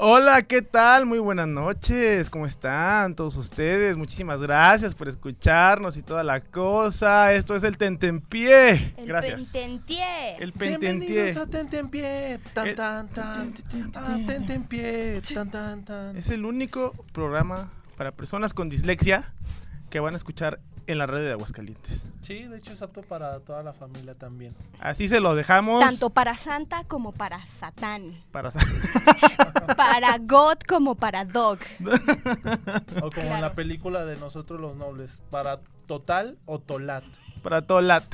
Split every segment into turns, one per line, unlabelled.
Hola, ¿qué tal? Muy buenas noches. ¿Cómo están todos ustedes? Muchísimas gracias por escucharnos y toda la cosa. Esto es el Tentempié.
El
gracias.
Pententié.
El Tentempié.
Bienvenidos a Tentempié,
Eh,
tan tan tan, a Tentempié, tan tan tan.
Es el único programa para personas con dislexia que van a escuchar en la radio de Aguascalientes.
Sí, de hecho es apto para toda la familia también.
Así se lo dejamos.
Tanto para Santa como para Satán.
Para
Para God como para Dog.
O como en
Claro.
la película de Nosotros los Nobles, para Total o Tolat.
para todo lat.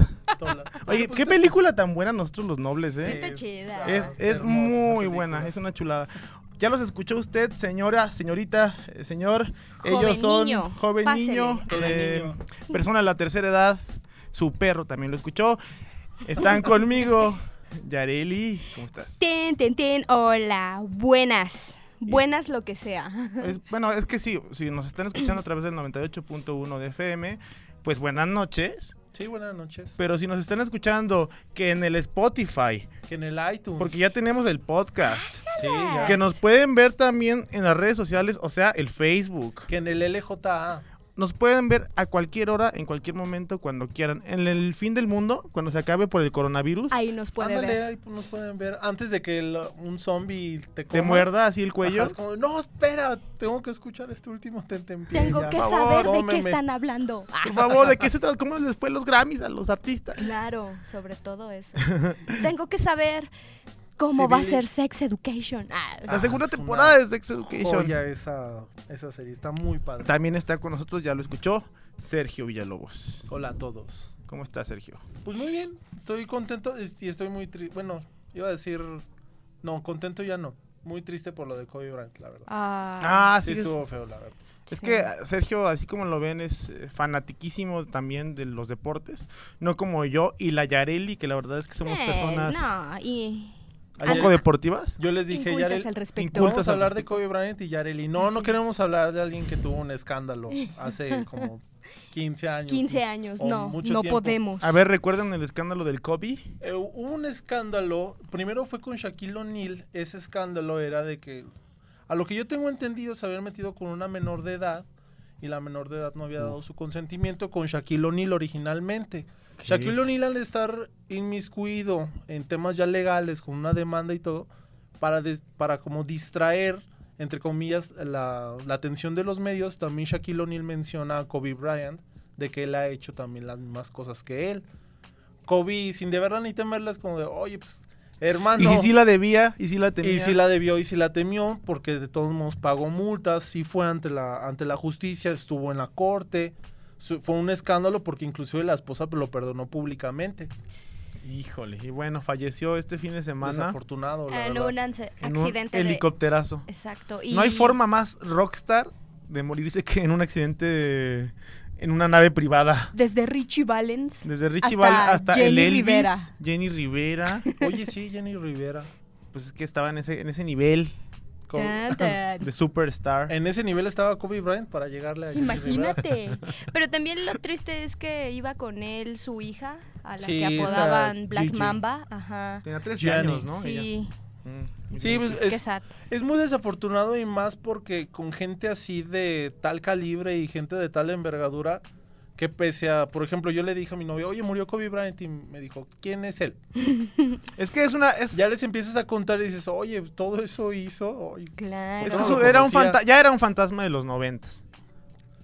Tolat.
Oye,
Pues
qué
te-
película tan buena nosotros los nobles,
Sí,
¿eh?
está chida.
Es,
Está
es
hermosa esa
muy
película.
buena, es una chulada. Ya los escuchó usted, señora, señorita, eh, señor.
Joven
Ellos son
niño,
joven
pásele.
niño,
Joven
eh,
niño.
persona de la tercera edad. Su perro también lo escuchó. Están conmigo. Yareli, ¿cómo estás?
Ten, ten, ten. Hola. Buenas. Buenas lo que sea.
Es- bueno, es que sí, si nos están escuchando a través del 98.1 de FM, pues buenas noches.
Sí, buenas noches.
Pero si nos están escuchando que en el Spotify,
Que en el iTunes.
porque ya tenemos el podcast,
Sí,
Ah.
ya.
que nos pueden ver también en las redes sociales, o sea, el Facebook.
Que en el LJA.
Nos pueden ver a cualquier hora, en cualquier momento, cuando quieran. En el fin del mundo, cuando se acabe por el coronavirus,
Ahí nos puede
Ándale,
ver.
ahí nos pueden ver. Antes de que el- un zombie te
te
coma.
muerda así el
Ajá,
cuello.
es como, no, espera, tengo que escuchar este último Tentempié.
Tengo
ya.
que
Por
saber
favor,
de qué
cómeme.
están hablando. Ah,
Por favor, ¿de qué se trata? ¿Cómo les fue los Grammys a los artistas?
Claro, sobre todo eso. Tengo que saber cómo
Sí,
va a
Billy.
ser Sex Education. Ah,
La
Ah,
segunda
es una
temporada de Sex Education.
Joya esa, esa serie, está muy padre.
También está con nosotros, ya lo escuchó, Sergio Villalobos.
Hola a todos.
¿Cómo está Sergio?
Pues muy bien, estoy contento es- y estoy muy triste. Bueno, iba a decir, no, contento ya no. Muy triste por lo de Kobe Bryant, la verdad.
Ah,
Ah,
sí,
sí. es-
estuvo feo, la verdad.
Es
sí.
que eh, Sergio, así como lo ven, es eh, fanatiquísimo también de los deportes. No como yo y la Yareli, que la verdad es que somos
Eh,
personas
No, y
poco deportivas.
Yo les dije,
incultas
Yarel,
al respecto.
incultas
vamos a
al
hablar de
respecto.
Kobe Bryant y Yareli. No, no queremos hablar de alguien que tuvo un escándalo hace como 15 años.
15
¿no?
años,
o
no,
mucho
no
tiempo.
podemos.
A ver, ¿recuerdan el escándalo del Kobe?
Eh, hubo un escándalo, primero fue con Shaquille O'Neal, ese escándalo era de que, a lo que yo tengo entendido, se habían metido con una menor de edad y la menor de edad no había dado su consentimiento con Shaquille O'Neal originalmente. Shaquille O'Neal al estar inmiscuido en temas ya legales con una demanda y todo, para, des- para como distraer, entre comillas, la, la atención de los medios, también Shaquille O'Neal menciona a Kobe Bryant de que él ha hecho también las mismas cosas que él. Kobe, sin deberla ni temerla, es como de, oye, pues, hermano.
Y si sí la debía, y si la tenía.
Y si la debió y si la temió, porque de todos modos pagó multas, sí fue ante la, ante la justicia, estuvo en la corte. Su- fue un escándalo porque inclusive la esposa lo perdonó públicamente.
Híjole, y bueno, falleció este fin de semana
Desafortunado, la
en
verdad.
un anse-
en un
accidente de...
helicópterazo.
Exacto.
No hay
y-
forma más rockstar de morirse que en un accidente de- en una nave privada.
Desde Richie Valens.
Desde Richie
Hasta
Val hasta el
Jenny
Elvis,
Rivera.
Jenny Rivera,
Oye, sí, Jenny Rivera.
pues es que estaba en ese, en ese nivel
Con-
Tan, tan.
de superstar.
en ese nivel estaba Kobe Bryant para llegarle a Jenny Rivera.
Imagínate. Pero también lo triste es que iba con él su hija, a la
Sí,
que
esta
apodaban Black
Gigi.
Mamba. Ajá.
Tenía 13
Gianni.
años, ¿no? Ella.
sí,
Mm.
Sí, pues,
qué
es,
sad.
es muy desafortunado y más porque con gente así de tal calibre y gente de tal envergadura que pese a, por ejemplo, yo le dije a mi novio, oye, murió Kobe Bryant y me dijo, ¿quién es él?
Es que es una... Es,
Ya les empiezas a contar y dices, oye, todo eso hizo. oye".
Claro.
es
no
que
lo
su- era un
conocía.
fanta- ya era un fantasma de los noventas,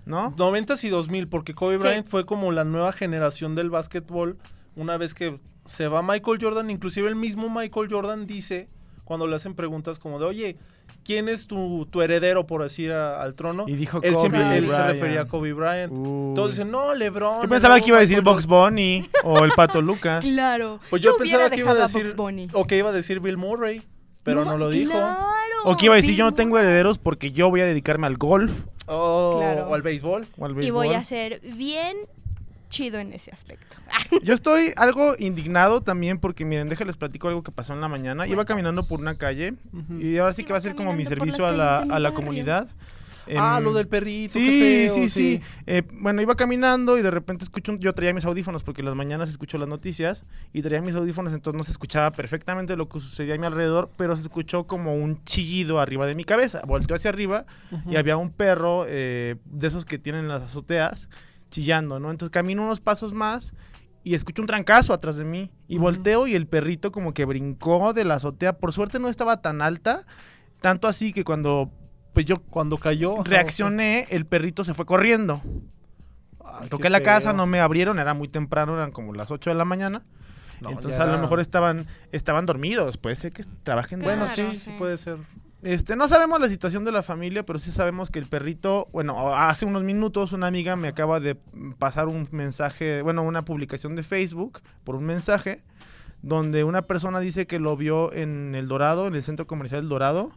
¿no?
90s y 2000, porque Kobe
Sí.
Bryant fue como la nueva generación del básquetbol. Una vez que se va Michael Jordan, inclusive el mismo Michael Jordan dice, cuando le hacen preguntas como de, oye, ¿quién es tu, tu heredero, por así ir a- al trono?
Y dijo
él siempre
Kobe
él se
Bryant.
refería a Kobe Bryant.
Uy.
Todos dicen, no, LeBron.
Yo pensaba
no,
que iba a decir
Michael
Box Bunny o el Pato Lucas.
Claro.
Pues yo
hubiera
pensaba que iba a
dejado
decir-
Bugs Bunny.
Jordan". O que iba a decir Bill Murray, pero no, lo dijo.
Claro,
O que iba a decir, yo no tengo herederos porque yo voy a dedicarme al golf
O-
Claro.
o Oh, al béisbol.
o al
Y
béisbol.
voy a ser bien chido en ese aspecto.
Yo estoy algo indignado también porque, miren, déjales platico algo que pasó en la mañana. Iba caminando por una calle
Ujú.
y ahora sí que
Iba
va a ser como mi
caminando por las
servicio a la,
calles de mi
a la
barrio.
comunidad.
Ah,
Em,
lo del perrito.
Sí,
qué feo,
sí, sí. Eh, bueno, iba caminando y de repente escucho, un- yo traía mis audífonos porque las mañanas escucho las noticias y traía mis audífonos, entonces no se escuchaba perfectamente lo que sucedía a mi alrededor, pero se escuchó como un chillido arriba de mi cabeza. Volteo hacia arriba y había un perro eh, de esos que tienen las azoteas chillando, ¿no? Entonces camino unos pasos más y escucho un trancazo atrás de mí y
Ujú.
volteo y el perrito como que brincó de la azotea. Por suerte no estaba tan alta, tanto así que cuando pues yo
Cuando cayó. ajá,
reaccioné, el perrito se fue corriendo.
Ay, Ah, qué
Toqué la casa,
feo.
no me abrieron, era muy temprano, eran como las 8 de la mañana.
No,
entonces
ya
a lo
era-
mejor estaban estaban dormidos, puede ser que trabajen de
Bueno,
noche.
sí,
Claro,
sí
sí.
puede ser.
Este, no sabemos la situación de la familia, pero sí sabemos que el perrito, bueno, hace unos minutos una amiga me acaba de pasar un mensaje, bueno, una publicación de Facebook por un mensaje donde una persona dice que lo vio en El Dorado, en el centro comercial El Dorado,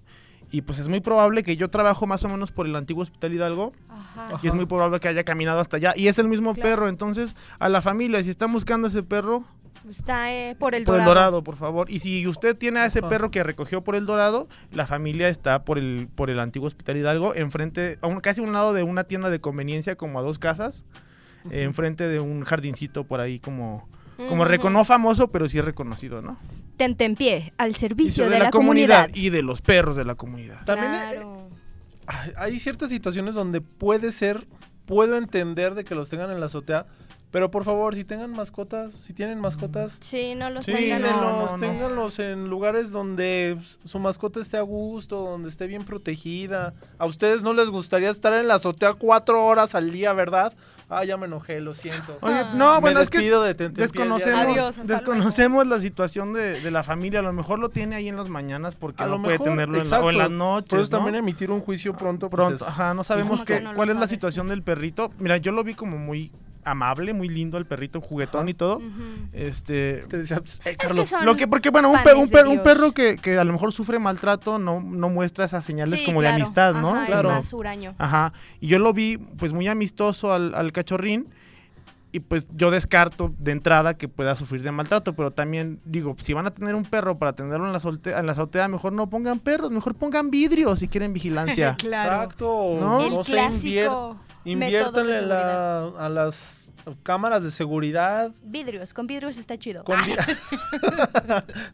y pues es muy probable que yo trabajo más o menos por el antiguo Hospital Hidalgo,
Ajá.
y es muy probable que haya caminado hasta allá. Y es el mismo
Claro.
perro. Entonces, a la familia, si están buscando ese perro,
Está eh, por el
por el
dorado.
dorado, por favor. Y si usted tiene a ese
Ajá.
perro que recogió por el dorado, la familia está por el, por el antiguo hospital Hidalgo, enfrente, a un- casi a un lado de una tienda de conveniencia, como a dos casas, eh, enfrente de un jardincito por ahí como. Como
Ujú.
recono famoso, pero sí reconocido, ¿no?
Tentempié, al servicio
Y
de, la, comunidad.
Y de los perros de la comunidad.
También eh,
Claro.
ay, hay ciertas situaciones donde puede ser, puedo entender de que los tengan en la azotea, pero por favor, si tengan mascotas, si tienen mascotas,
Sí, no los
Sí,
tengan.
no, no,
ténganlos,
no.
ténganlos en lugares donde su mascota esté a gusto, donde esté bien protegida. A ustedes no les gustaría estar en la azotea cuatro horas al día, ¿verdad? Ah, ya me enojé, lo siento.
Oye,
Ah.
no,
Me
bueno, es que
despido de Tentempié,
Desconocemos,
ya.
Adiós, hasta
desconocemos la situación de, de la familia. A lo mejor lo tiene ahí en las mañanas porque
A
no
lo
puede
mejor,
tenerlo en la, o en
exacto.
las noches.
Por eso
¿no?
también emitir un juicio pronto. pues,
Pronto,
es-
ajá, no sabemos
¿cómo que
qué-
no lo
cuál es la
sabes?
situación del perrito. Mira, yo lo vi como muy amable, muy lindo el perrito, juguetón
Ajá.
y todo.
Ujú.
Este,
Te decía, pues, eh,
que
Carlos,
Mm. son-
lo que porque bueno, un, pe- un
panes
pe-
de
un
Dios.
perro que, que a lo mejor sufre maltrato no no muestra esas señales
Sí,
como de
claro.
amistad, ¿no? Ah,
Ajá,
Claro.
Es más huraño.
Ajá. Y yo lo vi, pues, muy amistoso al, al cachorrín. Y pues yo descarto de entrada que pueda sufrir de maltrato. Pero también digo, si van a tener un perro para tenerlo en la, solte- en la azotea, mejor no pongan perros, mejor pongan vidrio si quieren vigilancia.
Exacto.
¿No?
No,
El
se invier-
clásico método de
Inviértanle la- a las cámaras de seguridad.
Vidrios, con vidrios está chido.
Ah,
con vi-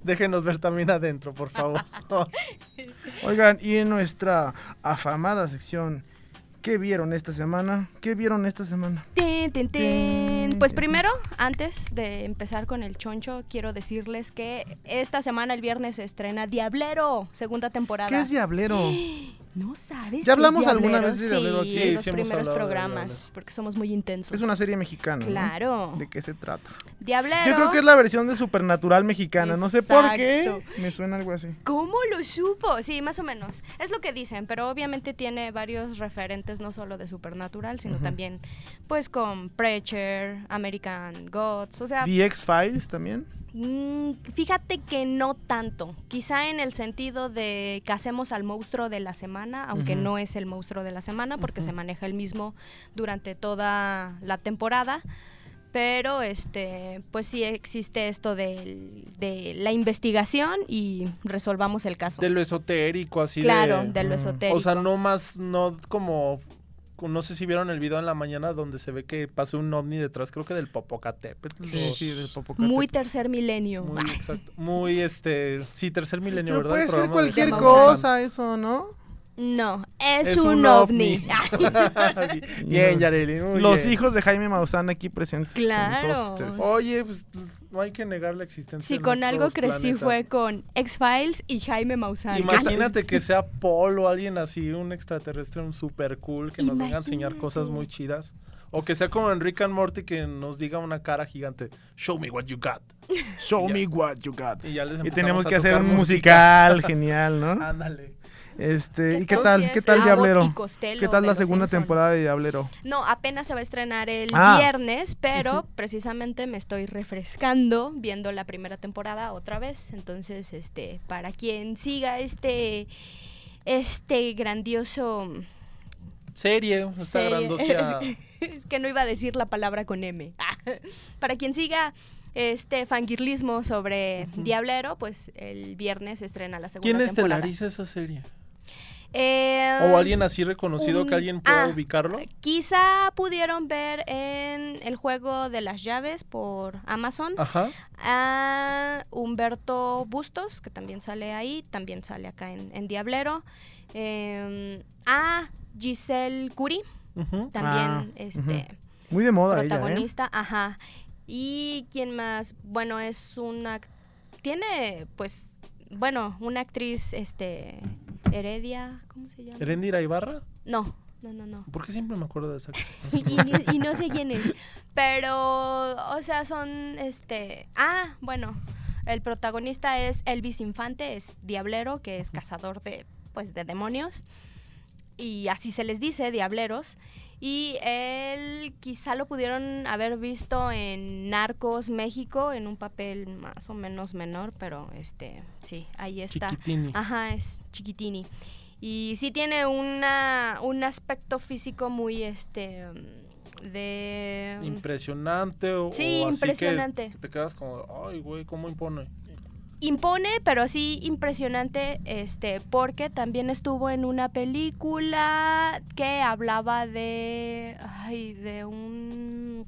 Déjenos ver también adentro, por favor.
Oigan, y en nuestra afamada sección, ¿qué vieron esta semana? ¿Qué vieron esta semana?
Tin, tin, tin.
Tin,
Pues
tin,
primero, antes de empezar con el choncho, quiero decirles que esta semana, el viernes, se estrena Diablero, segunda temporada.
¿Qué es Diablero?
No sabes.
¿Ya
qué es
hablamos alguna vez de
Sí,
Diablero aquí?
Sí,
en los
sí hemos
primeros
hablado de
programas,
Diablero.
porque somos muy intensos.
Es una serie mexicana. ¿no?
Claro.
¿De qué se trata?
Diablero.
Yo creo que es la versión de Supernatural mexicana. No sé por qué.
Exacto.
Me suena algo así.
¿Cómo lo supo? Sí, más o menos. Es lo que dicen, pero obviamente tiene varios referentes, no solo de Supernatural, sino también, pues, con Preacher, American Gods, o sea...
The X-Files también.
Mm, fíjate que no tanto. Quizá en el sentido de que hacemos al monstruo de la semana, aunque
Ujú.
no es el monstruo de la semana, porque se maneja el mismo durante toda la temporada. Pero este, pues sí existe esto del- de la investigación y resolvamos el caso.
De lo esotérico, así
claro,
de...
de, lo
Mm.
esotérico.
O sea, no más, no como... No sé si vieron el video en la mañana donde se ve que pasó un ovni detrás, creo que del Popocatépetl. o-
del Popocatépetl.
muy tercer milenio.
Muy, exacto, muy, este, sí, tercer milenio,
Pero
¿verdad?
puede
El
ser
programa de
cualquier
Carlos
cosa eso, ¿no?
No, es,
Es
un,
un
ovni.
ovni. Maussan. bien, Yareli, muy
Mm. Los
bien.
hijos de Jaime Maussan aquí presentes. con
Claro.
todos ustedes.
Oye, pues no hay que negar la existencia.
Si
de
con algo
otros
crecí
planetas.
fue con X-Files y Jaime Maussan.
Imagínate que sea Polo, alguien así, un extraterrestre, un super cool, que nos venga a enseñar cosas muy chidas. O que sea como Enrique and Morty, que nos diga una cara gigante, show me what you got.
Show
Ya.
me what you got.
Y ya les
Y
empezamos
tenemos
a
que hacer
tocar
un
música.
musical genial, ¿no?
Ándale.
Este, ¿y qué
Entonces,
tal? ¿Qué
Abbott
tal
y
Diablero?
Costello
¿Qué tal
de
la
Los
segunda
Simpson.
temporada de Diablero?
No, apenas se va a estrenar el
Ah.
viernes, pero precisamente me estoy refrescando viendo la primera temporada otra vez. Entonces, este, para quien siga este este grandioso
Serie, esta
serie.
grandosia.
es que no iba a decir la palabra con M. Ah, Para quien siga este fangirlismo sobre Diablero, pues el viernes se estrena la segunda
¿Quién
temporada.
estelariza esa serie?
Eh,
¿O alguien así reconocido que
un-
alguien pueda
ah,
ubicarlo?
Quizá pudieron ver en el juego de las llaves por Amazon
Ajá.
a Humberto Bustos, que también sale ahí, también sale acá en, en Diablero. Eh, a Giselle Curie,
ujú.
también
Ah,
este
Muy de moda ella, ¿eh?
protagonista, ajá. Y quién más, bueno, es una tiene pues bueno, una actriz este Heredia, ¿cómo se llama?
¿Erendira Ibarra?
No, no, no, no.
¿Por qué siempre me acuerdo de esa actriz? No sé
Y,
por qué.
y- y no sé quién es. Pero, o sea, son este. Ah, bueno. El protagonista es Elvis Infante, es diablero, que es cazador de, pues, de demonios. Y así se les dice, diableros. Y él quizá lo pudieron haber visto en Narcos México, en un papel más o menos menor, pero este, sí, ahí está. Ah,
Chiquitini.
Ajá, es chiquitini. Y sí tiene una, un aspecto físico muy este mm, de
Impresionante o,
Sí,
o así que-
impresionante.
que te quedas como, ay, güey, ¿cómo impone?
impone, pero sí impresionante este porque también estuvo en una película que hablaba de ay, de un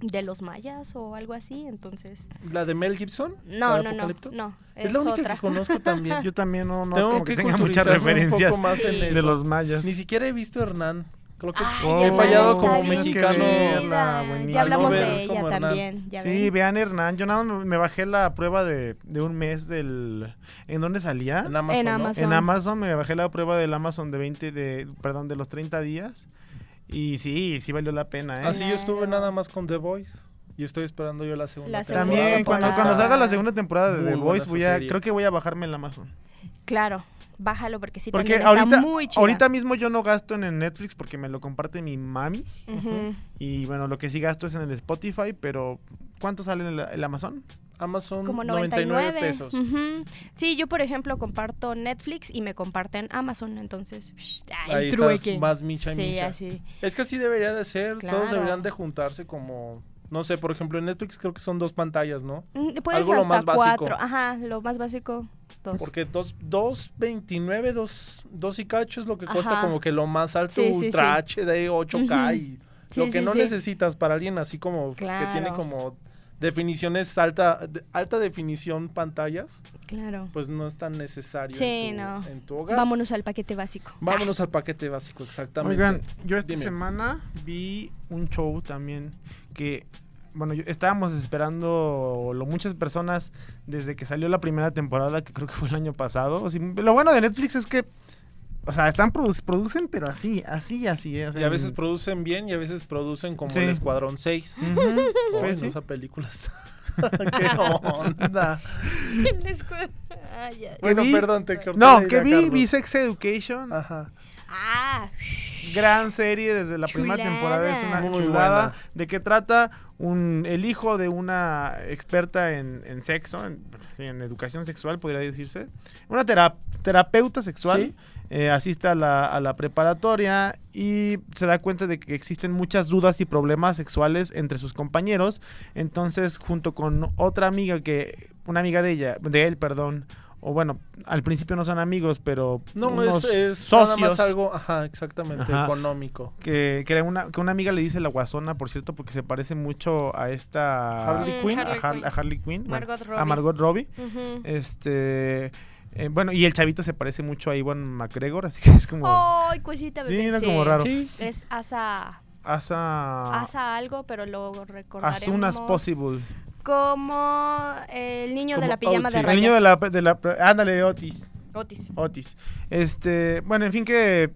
de los mayas o algo así, entonces
¿La de Mel Gibson? ¿La
no,
de
no, no,
Apocalipto?
no,
Es,
es,
la única
otra.
que conozco también. Yo
Yo también no, no es
tengo
como
que,
que tenga muchas referencias
Un poco más
Sí.
en
de
de
eso.
los mayas.
Ni siquiera he visto Hernán. Creo que
Ay,
Oh,
he
Hernán
fallado
está
como
bien
mexicano.
Tienes que verla,
chida.
buenísima.
Ya hablamos
Algo
de
ver
ella
como Hernán.
también, ya
Sí,
ven.
vean Hernán, yo nada más me bajé la prueba de, de un mes del... ¿En dónde salía?
En Amazon.
En
¿no?
Amazon.
En Amazon me bajé la prueba del Amazon de 20 de perdón, de los 30 días y sí, sí valió la pena, ¿eh?
Ah,
Así yo estuve
Claro.
nada más con The Voice. Y estoy esperando yo la segunda.
La segunda
También cuando,
temporada.
cuando salga la segunda temporada de
Muy
The
buena
Voice
esa
voy a
serie.
creo que voy a bajarme el Amazon.
Claro, bájalo porque sí
Porque
también está
ahorita
muy chida.
ahorita mismo yo no gasto en el Netflix porque me lo comparte mi mami
Ujú.
y bueno, lo que sí gasto es en el Spotify, pero ¿cuánto sale el, el Amazon?
Amazon
como
99,
99
pesos.
Ujú. Sí, yo por ejemplo comparto Netflix y me comparten Amazon, entonces psh, ay,
Ahí
el
estás
trueque.
más micha y
Sí,
micha.
así.
Es que así debería de ser. Todos
Claro.
deberían de juntarse como... No sé, por ejemplo, en Netflix creo que son dos pantallas, ¿no?
Mm, Puedes
Algo lo
hasta
más básico.
cuatro, ajá, lo más básico dos.
Porque dos, dos 29, dos, dos y cacho es lo que cuesta
Ajá.
como que lo más alto,
Sí, sí,
Ultra HD, 8K
Ujú.
y
Sí,
lo que
sí,
no
sí.
necesitas para alguien así como que tiene
Claro.
como definiciones alta, de- alta definición pantallas,
Claro.
pues no es tan necesario
Sí,
en, tu,
no.
en tu hogar.
Vámonos al paquete básico.
Vámonos al paquete básico, exactamente.
Oigan, yo esta
Dime.
semana vi un show también que, bueno, yo- estábamos esperando lo muchas personas desde que salió la primera temporada, que creo que fue el año pasado. O sea, lo bueno de Netflix es que, o sea, están produ- producen, pero así, así, así. eh, o sea,
Y a veces
en-
producen bien y a veces producen como
Sí.
el Escuadrón 6.
Ujú.
Oh,
Pues sí.
Esa película está... ¡Qué onda!
Ay, ay.
Bueno,
vi-
perdón, te corté la
No,
idea,
que vi,
Carlos.
vi Sex Education,
Ajá.
Ah,
gran serie desde la primera
Chulada.
temporada, es una
Muy
chulada.
buena.
¿De qué trata? Un, el hijo de una experta en, en sexo, en, sí, en educación sexual, podría decirse. Una tera- terapeuta sexual.
Sí.
eh, asiste a la, a la preparatoria y se da cuenta de que existen muchas dudas y problemas sexuales entre sus compañeros. Entonces, junto con otra amiga que, una amiga de ella, de él, perdón, o bueno, al principio no son amigos, pero
No,
unos
es, es nada más
socios
algo, ajá, exactamente,
Ajá.
económico.
que, que era una, que una amiga le dice la guasona, por cierto, porque se parece mucho a esta
Harley Mm, Quinn.
a,
Harley
Har-
Quinn.
a Harley Quinn, bueno,
Margot Robbie.
a Margot Robbie.
ujú.
Este eh, bueno, y el chavito se parece mucho a Iwan McGregor, así que es como
Ay, cosita
Sí,
bebé,
era como raro.
Sí.
Es asa
Ah.
Asa
asa algo, pero lo recordaremos.
as soon as possible.
Como el niño de
Como
la pijama de
Otis.
rayas.
El niño de la de la ándale de Otis.
Otis.
Otis. Este, bueno, en fin que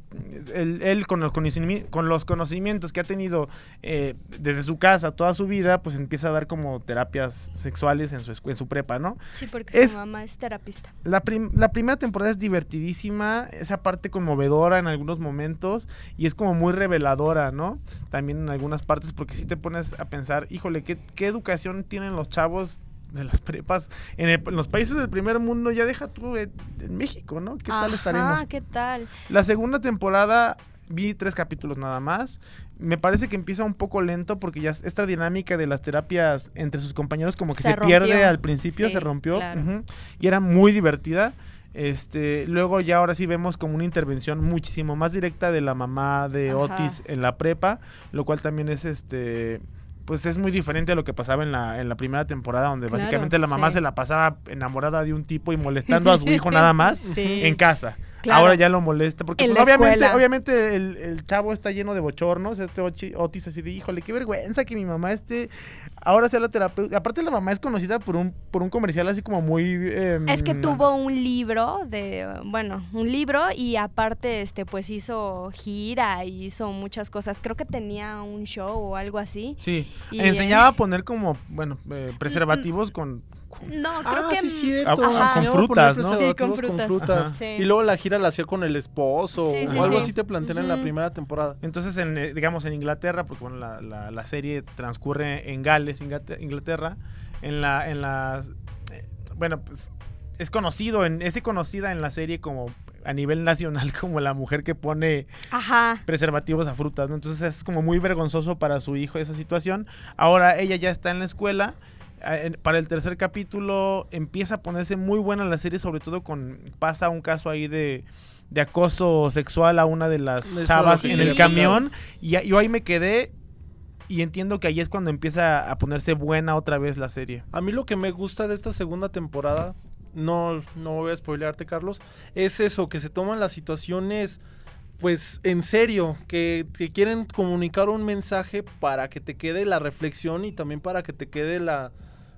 él, él con, los conocimi- con los conocimientos que ha tenido eh, desde su casa toda su vida, pues empieza a dar como terapias sexuales en su, escu- en su prepa, ¿no?
Sí, porque
Es-
su mamá es terapista.
La, prim- la primera temporada es divertidísima, esa parte conmovedora en algunos momentos y es como muy reveladora, ¿no? También en algunas partes porque si te pones a pensar, híjole, ¿qué, qué educación tienen los chavos de las prepas. En, el- en los países del primer mundo, ya deja tú eh, en México, ¿no? ¿Qué tal estaremos?
Ah, ¿qué tal?
La segunda temporada vi tres capítulos nada más. Me parece que empieza un poco lento porque ya esta dinámica de las terapias entre sus compañeros como que se,
Se
pierde
rompió.
al principio,
Sí,
se rompió
claro.
ujú, y era muy divertida. Este, luego ya ahora sí vemos como una intervención muchísimo más directa de la mamá de
Ajá.
Otis en la prepa, lo cual también es este pues es muy diferente a lo que pasaba en la, en la primera temporada donde
Claro,
básicamente la mamá
sí.
se la pasaba enamorada de un tipo y molestando a su hijo nada más
Sí.
en casa.
Claro.
Ahora ya lo molesta. Porque
En
pues,
la
obviamente,
escuela.
obviamente el, el chavo está lleno de bochornos. Este Ochi- Otis así de, híjole, qué vergüenza que mi mamá esté ahora sea la terapeuta. Aparte la mamá es conocida por un, por un comercial así como muy... em,
Es que tuvo un libro de, bueno, un libro y aparte, este, pues hizo gira, y hizo muchas cosas. Creo que tenía un show o algo así.
Sí,
y, Mm,
enseñaba a poner como, bueno, eh, preservativos con... con-
No, creo
Ah,
que
sí,
mm,
cierto.
Ah, con
enseñaba a poner
frutas, ¿no?
preservativos
Sí, con frutas.
Ajá.
Sí.
Y luego la gira la hacía con el esposo
Sí,
sí,
o algo
sí.
así te plantean en la
Ujú.
primera temporada.
Entonces, en, eh, digamos, en Inglaterra, porque bueno, la, la- la serie transcurre en Gales, Ingate- Inglaterra, en la, en las eh, bueno, pues es conocido, en, es conocida en la serie como a nivel nacional como la mujer que pone
Ajá.
preservativos a frutas, ¿no? Entonces es como muy vergonzoso para su hijo esa situación. Ahora ella ya está en la escuela. eh, en- Para el tercer capítulo empieza a ponerse muy buena la serie, sobre todo con pasa un caso ahí de, de acoso sexual a una de las
Eso
chavas
sí.
en el camión y a- yo ahí me quedé y entiendo que ahí es cuando empieza a ponerse buena otra vez la serie.
A mí lo que me gusta de esta segunda temporada, no, no voy a spoilearte, Carlos, es eso, que se toman las situaciones, pues, en serio, que te quieren comunicar un mensaje para que te quede la reflexión y también para que te quede la.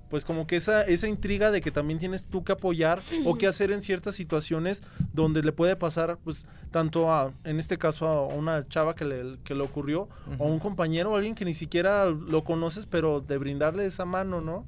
Pues como que esa, esa intriga de que también tienes tú que apoyar o que hacer en ciertas situaciones donde le puede pasar, pues, tanto a, en este caso, a una chava que le, que le ocurrió, o a un compañero o alguien que ni siquiera lo conoces, pero de brindarle esa mano, ¿no?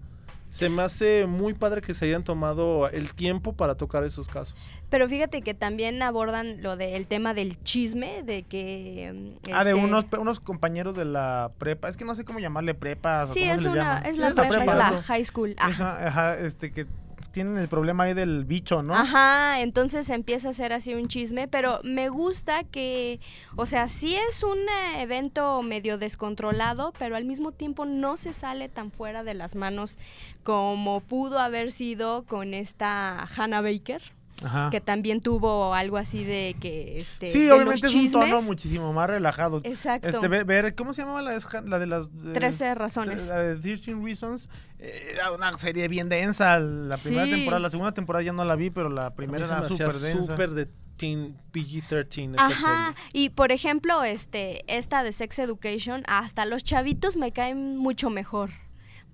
Se me hace muy padre que se hayan tomado el tiempo para tocar esos casos.
Pero fíjate que también abordan lo del tema del chisme, de que... mm,
Ah, de
este,
unos, unos compañeros de la prepa, es que no sé cómo llamarle prepas. o
Sí,
cómo
es
se les
una,
llama.
es
Sí,
la
es la
prepa, es
prepa,
la
¿no?
high school. Ah.
Esa- ajá, este que tienen el problema ahí del bicho, ¿no?
Ajá, entonces empieza a ser así un chisme, pero me gusta que, o sea, sí es un eh, evento medio descontrolado, pero al mismo tiempo no se sale tan fuera de las manos como pudo haber sido con esta Hannah Baker,
Ajá.
que también tuvo algo así de que, este, de
Ah. Sí,
los
obviamente es un tono
chismes.
muchísimo más relajado.
Exacto.
Este, ve- eh, ver, ¿cómo se llamaba la, de- la de las... de-
13 razones.
La de 13 Reasons eh, era una serie bien densa la primera
Sí.
temporada, la segunda temporada ya no la vi, pero la
A mí
primera
se
era
me hacía
súper densa.
súper de teen PG-13 esa
Ajá,
serie.
y por ejemplo, este, esta de Sex Education, hasta los chavitos me caen mucho mejor.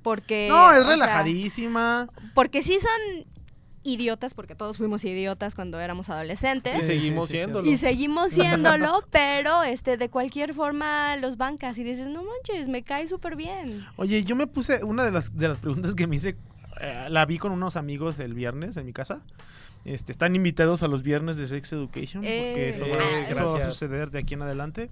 Porque.
No,
o
es
sea,
relajadísima.
porque sí son idiotas, porque todos fuimos idiotas cuando éramos adolescentes.
Y
Sí,
seguimos
sí, sí,
siéndolo.
Y seguimos siéndolo, pero este de cualquier forma los bancas y dices, no manches, me cae súper bien.
Oye, yo me puse una de las, de las preguntas que me hice, eh, la vi con unos amigos el viernes en mi casa. Este, están invitados a los viernes de Sex Education, porque
Eh,
eso,
Eh,
va, eso va a
gracias.
suceder de aquí en adelante.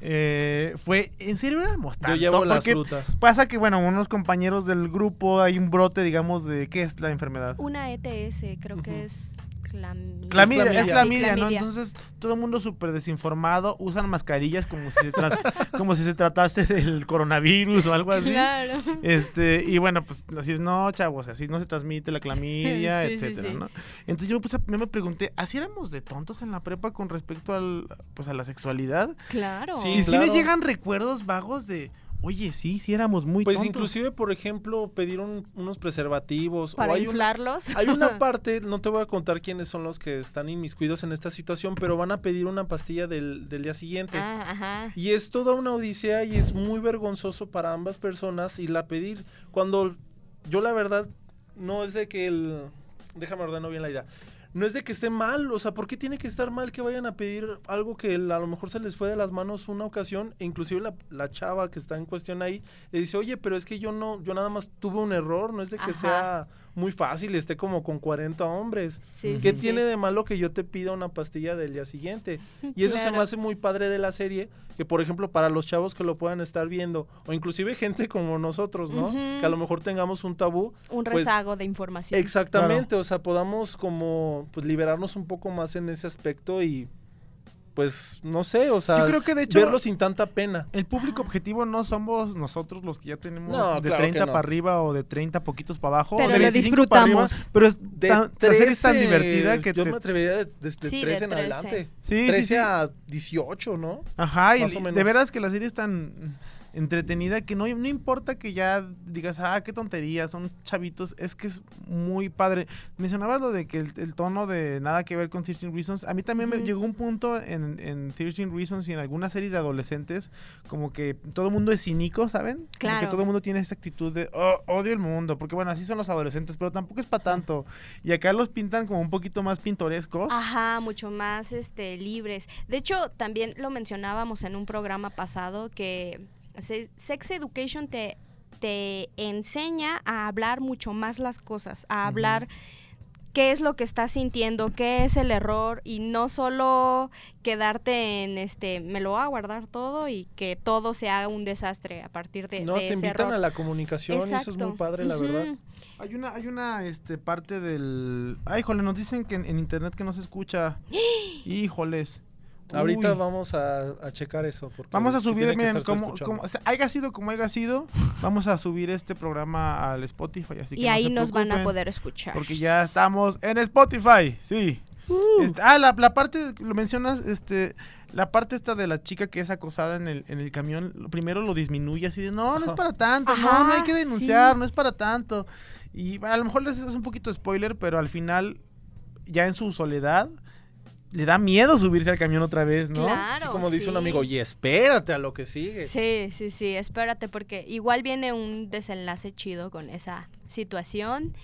Eh, fue, ¿en serio éramos
Yo
tanto?
llevo las
Porque
frutas.
pasa que, bueno, unos compañeros del grupo, hay un brote, digamos, de qué es la enfermedad.
Una ETS, creo
Ujú.
que es clamidia.
Clamidia,
clamidia.
es
Sí,
clamidia, ¿no? Entonces, todo el mundo súper desinformado, usan mascarillas como si, se tra- como si se tratase del coronavirus o algo así.
Claro.
Este, y bueno, pues así, no, chavos, así no se transmite la clamidia,
Sí, sí,
etcétera,
sí.
¿no? Entonces yo, me puse a- yo me pregunté, ¿así éramos de tontos en la prepa con respecto al, pues, a la sexualidad?
Claro.
Sí,
y sí me
claro.
llegan recuerdos vagos de, oye, sí, sí éramos muy
Pues
tontos.
inclusive, por ejemplo, pedir un- unos preservativos.
Para
o hay un-
inflarlos.
Hay una parte, no te voy a contar quiénes son los que están inmiscuidos en esta situación, pero van a pedir una pastilla del, del día siguiente.
Ah, ajá.
Y es toda una odisea y es muy vergonzoso para ambas personas y la pedir. Cuando yo la verdad no es de que el... Déjame ordenar bien la idea. No es de que esté mal, o sea, ¿por qué tiene que estar mal que vayan a pedir algo que el- a lo mejor se les fue de las manos una ocasión? E inclusive la, la chava que está en cuestión ahí le dice, oye, pero es que yo no, yo nada más tuve un error, no es de que
Ajá.
sea muy fácil, esté como con 40 hombres.
Sí,
¿Qué
sí,
tiene
sí.
de malo que yo te pida una pastilla del día siguiente? Y eso se me
Claro.
hace muy padre de la serie, que por ejemplo para los chavos que lo puedan estar viendo, o inclusive gente como nosotros, ¿no?
Ujú.
Que a lo mejor tengamos un tabú.
Un
pues,
rezago de información.
Exactamente, o sea, podamos como pues liberarnos un poco más en ese aspecto y pues no sé, o sea,
Yo creo que, de hecho-
verlo sin tanta pena.
El público objetivo no somos nosotros los que ya tenemos
No,
de
claro que
30
no.
para arriba o de 30 poquitos para abajo.
Pero
o de
lo
25 para arriba,
disfrutamos.
pero es
De
tan- la serie es tan
13,
divertida que
yo
te-
me atrevería de- desde
Sí, de
13 en
13.
adelante.
Sí, sí,
13
sí.
a 18, ¿no?
Ajá, y
Más o
de
menos.
veras que la serie es tan entretenida que no, no importa que ya digas, ah, qué tontería, son chavitos, es que es muy padre. Mencionabas lo de que el, el tono de nada que ver con 13 Reasons, a mí también me
Ujú.
llegó un punto en, en 13 Reasons y en algunas series de adolescentes, como que todo el mundo es cínico, ¿saben? Como
Claro.
que todo el mundo tiene esta actitud de, "Oh, odio el mundo, porque bueno, así son los adolescentes, pero tampoco es para tanto. Y acá los pintan como un poquito más pintorescos.
Ajá, mucho más este libres. De hecho, también lo mencionábamos en un programa pasado que se- Sex Education te, te enseña a hablar mucho más las cosas, a hablar qué es lo que estás sintiendo, qué es el error y no solo quedarte en este, me lo voy a guardar todo y que todo se haga un desastre a partir de,
no,
de
te
ese
invitan
error.
a la comunicación y eso es muy
Exacto.
padre, la
Ujú.
verdad.
Hay una, hay una este, parte del. Ay, jole, nos dicen que en, en internet que no se escucha. Híjoles.
Ahorita
Uy.
vamos a, a checar eso. Porque
Vamos a
sí
subir,
tiene que
miren,
estarse
como,
escuchando.
como- o sea, haya sido como haya sido, vamos a subir este programa al Spotify. Así que
Y
no
ahí
se
nos van a
preocupen,
poder escuchar.
Porque ya estamos en Spotify, sí.
Uh.
Este, ah, la, la parte, lo mencionas, este, la parte esta de la chica que es acosada en el, en el camión, lo primero lo disminuye así de, no, no es
Ajá.
para tanto, no,
Ajá,
no hay que denunciar,
sí.
no es para tanto. Y bueno, a lo mejor les es un poquito spoiler, pero al final, ya en su soledad, le da miedo subirse al camión otra vez, ¿no?
Claro,
Así como dice un
sí.
amigo, y espérate a lo que sigue.
Sí, sí, sí, espérate porque igual viene un desenlace chido con esa situación.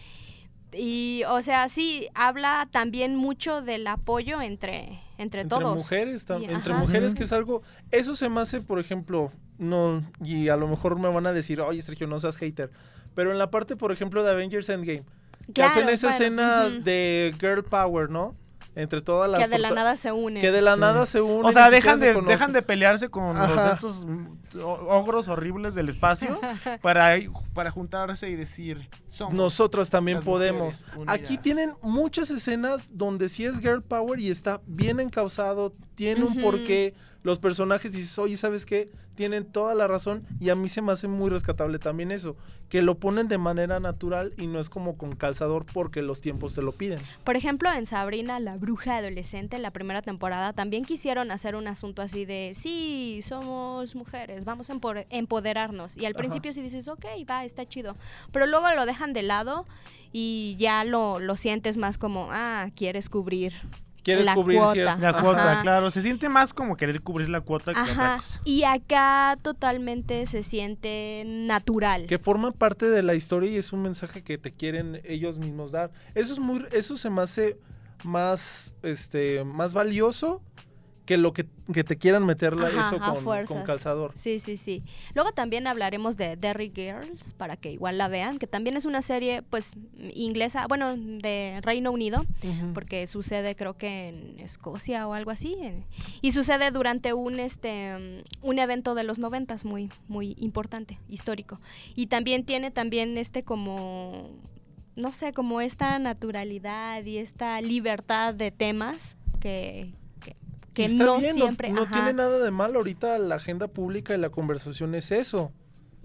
Y, o sea, sí, habla también mucho del apoyo entre, entre,
entre
todos.
mujeres, tam-
Y-
entre
ajá.
mujeres
Ujú.
que es algo, eso se me hace, por ejemplo, no, y a lo mejor me van a decir, oye Sergio, no seas hater, pero en la parte, por ejemplo, de Avengers Endgame, que
Claro,
hacen esa
bueno,
escena
ujú.
de girl power, ¿no? Entre todas las
que de la
prota-
nada se unen.
que de la
Sí.
nada se unen.
O
ni
sea,
siquiera
dejan
se
de,
conocen.
dejan de pelearse con los
Ajá.
estos mm, o- ogros horribles del espacio para, para juntarse y decir, somos.
Nosotros también
Las mujeres
podemos.
unidas.
Aquí tienen muchas escenas donde sí es girl power y está bien encausado, tiene un
Ujú.
porqué. Los personajes dices, oye, ¿sabes qué? Tienen toda la razón y a mí se me hace muy rescatable también eso, que lo ponen de manera natural y no es como con calzador porque los tiempos te lo piden.
Por ejemplo, en Sabrina, la bruja adolescente, en la primera temporada, también quisieron hacer un asunto así de, sí, somos mujeres, vamos a empo- empoderarnos. Y al
Ajá.
principio sí dices, ok, va, está chido. Pero luego lo dejan de lado y ya lo, lo sientes más como, ah, quieres cubrir.
Quieres
La
cubrir
cuota.
cierta-
La
Ajá.
cuota,
Ajá.
claro. Se siente más como querer cubrir la cuota que otra
Ajá.
cosa.
Y acá totalmente se siente natural.
que forma parte de la historia y es un mensaje que te quieren ellos mismos dar. Eso es muy, eso se me hace más, este, más valioso que lo que, que te quieran meter la-
Ajá,
eso
a
con,
fuerzas.
con calzador.
Sí, sí, sí. Luego también hablaremos de Derry Girls, para que igual la vean, que también es una serie, pues, inglesa, bueno, de Reino Unido, porque sucede creo que en Escocia o algo así. en- y sucede durante un, este, mm, un evento de los noventas muy, muy importante, histórico. Y también tiene también este como, no sé, como esta naturalidad y esta libertad de temas que... que que
Y está
no
bien,
siempre
No,
ajá,
tiene nada de malo. Ahorita la agenda pública y la conversación es eso.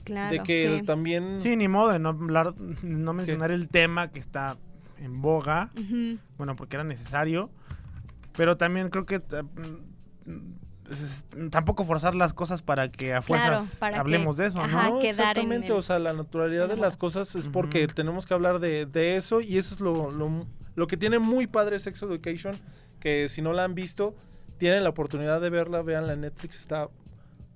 claro,
de que
sí.
también.
Sí, ni modo de no, hablar, no mencionar el tema que está en boga.
Ujú.
Bueno, porque era necesario. Pero también creo que ta- mm, es- es- tampoco forzar las cosas para que a fuerzas
para que-
hablemos de eso, ¿no?
ajá, quedar en
exactamente,
el-
o sea, la naturalidad de
Ajá.
las cosas es porque
Ujú.
tenemos que hablar de, de eso y eso es lo, lo, lo que tiene muy padre Sex Education, que si no la han visto, tienen la oportunidad de verla, veanla en Netflix, está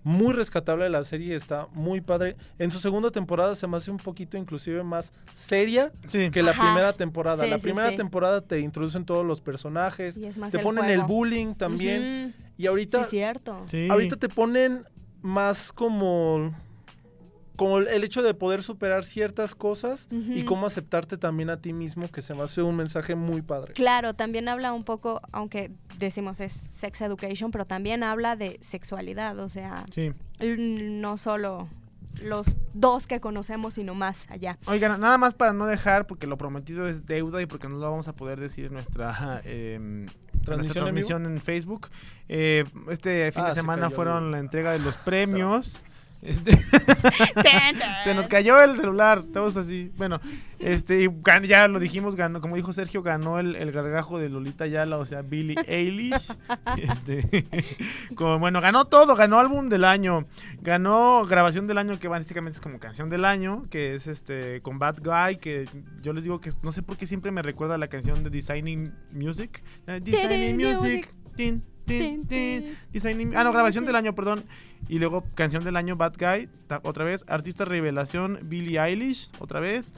muy rescatable la serie, está muy padre. En su segunda temporada se me hace un poquito inclusive más seria
Sí.
que la
Ajá.
primera temporada.
Sí,
la
sí,
primera
sí.
temporada te introducen todos los personajes,
Y es más
te
el
ponen el
juego.
bullying también
Ujú.
y
Sí,
ahorita
cierto.
Sí.
Ahorita te ponen más como como el, el hecho de poder superar ciertas cosas y
Ujú.
cómo aceptarte también a ti mismo, que se me hace un mensaje muy padre.
Claro, también habla un poco, aunque decimos es sex education, pero también habla de sexualidad, o sea,
Sí.
l- no solo los dos que conocemos, sino más allá.
Oigan, nada más para no dejar, porque lo prometido es deuda y porque no lo vamos a poder decir en nuestra, eh, en nuestra
¿Transmisión en
transmisión en, Facebook. Eh, este fin
Ah,
de
se
semana
cayó
fueron
el-
la entrega de los premios. Este, se nos cayó el celular, estamos así. Bueno, este, y gan- ya lo dijimos, ganó, como dijo Sergio, ganó el, el gargajo de Lolita Yala, o sea, Billie Eilish. Este, como, bueno, ganó todo, ganó álbum del año, ganó grabación del año, que básicamente es como canción del año, que es este con Bad Guy, que yo les digo que es- no sé por qué siempre me recuerda a la canción de Designing Music. La de Designing Music. tin, tin, tin. Designing- ah, no, grabación del año, perdón. Y luego canción del año, Bad Guy, ta- otra vez. Artista revelación, Billie Eilish, otra vez.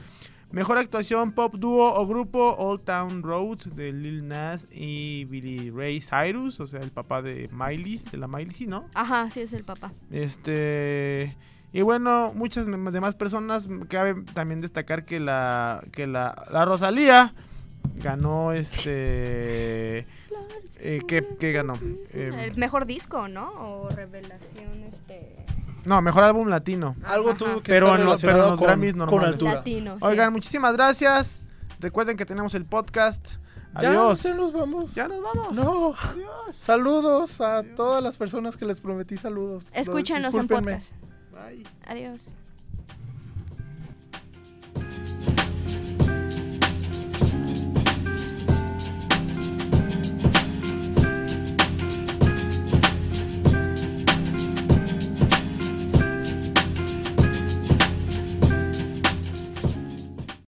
Mejor actuación, pop dúo o grupo, Old Town Road de Lil Nas y Billy Ray Cyrus, o sea, el papá de Miley, de la Miley, sí, ¿no?
Ajá, sí es el papá.
Este. Y bueno, muchas m- demás personas. Cabe también destacar que la. que la. La Rosalía ganó este. eh, ¿qué, qué ganó?
El
Eh,
mejor disco, ¿no? O revelación este
no, mejor álbum latino.
Algo tuvo
Ajá.
que
Pero
estar
en los- pero en
relacionado
los
con,
Grammys
con
normales.
altura.
latino. sí.
Oigan, muchísimas gracias. Recuerden que tenemos el podcast.
Ya,
Adiós.
ya nos vamos.
Ya nos vamos.
No.
Adiós.
Saludos a todas las personas que les prometí saludos. Lo-
Escúchanos en
discúlpenme.
podcast.
Bye.
Adiós.